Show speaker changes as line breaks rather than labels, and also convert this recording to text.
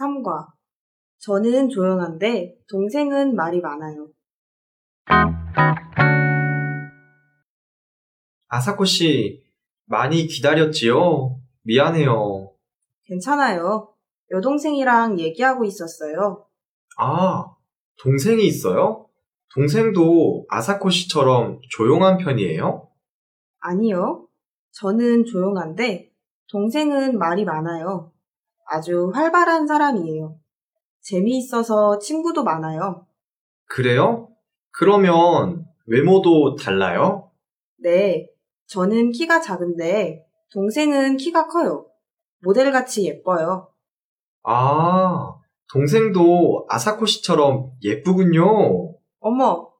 3과. 저는 조용한데 동생은 말이 많아요.
아사코 씨, 많이 기다렸지요? 미안해요.
괜찮아요. 여동생이랑 얘기하고 있었어요.
아, 동생이 있어요? 동생도 아사코 씨처럼 조용한 편이에요?
아니요. 저는 조용한데 동생은 말이 많아요. 아주 활발한 사람이에요. 재미있어서 친구도 많아요.
그래요? 그러면 외모도 달라요?
네. 저는 키가 작은데 동생은 키가 커요. 모델같이 예뻐요.
아, 동생도 아사코 씨처럼 예쁘군요.
어머,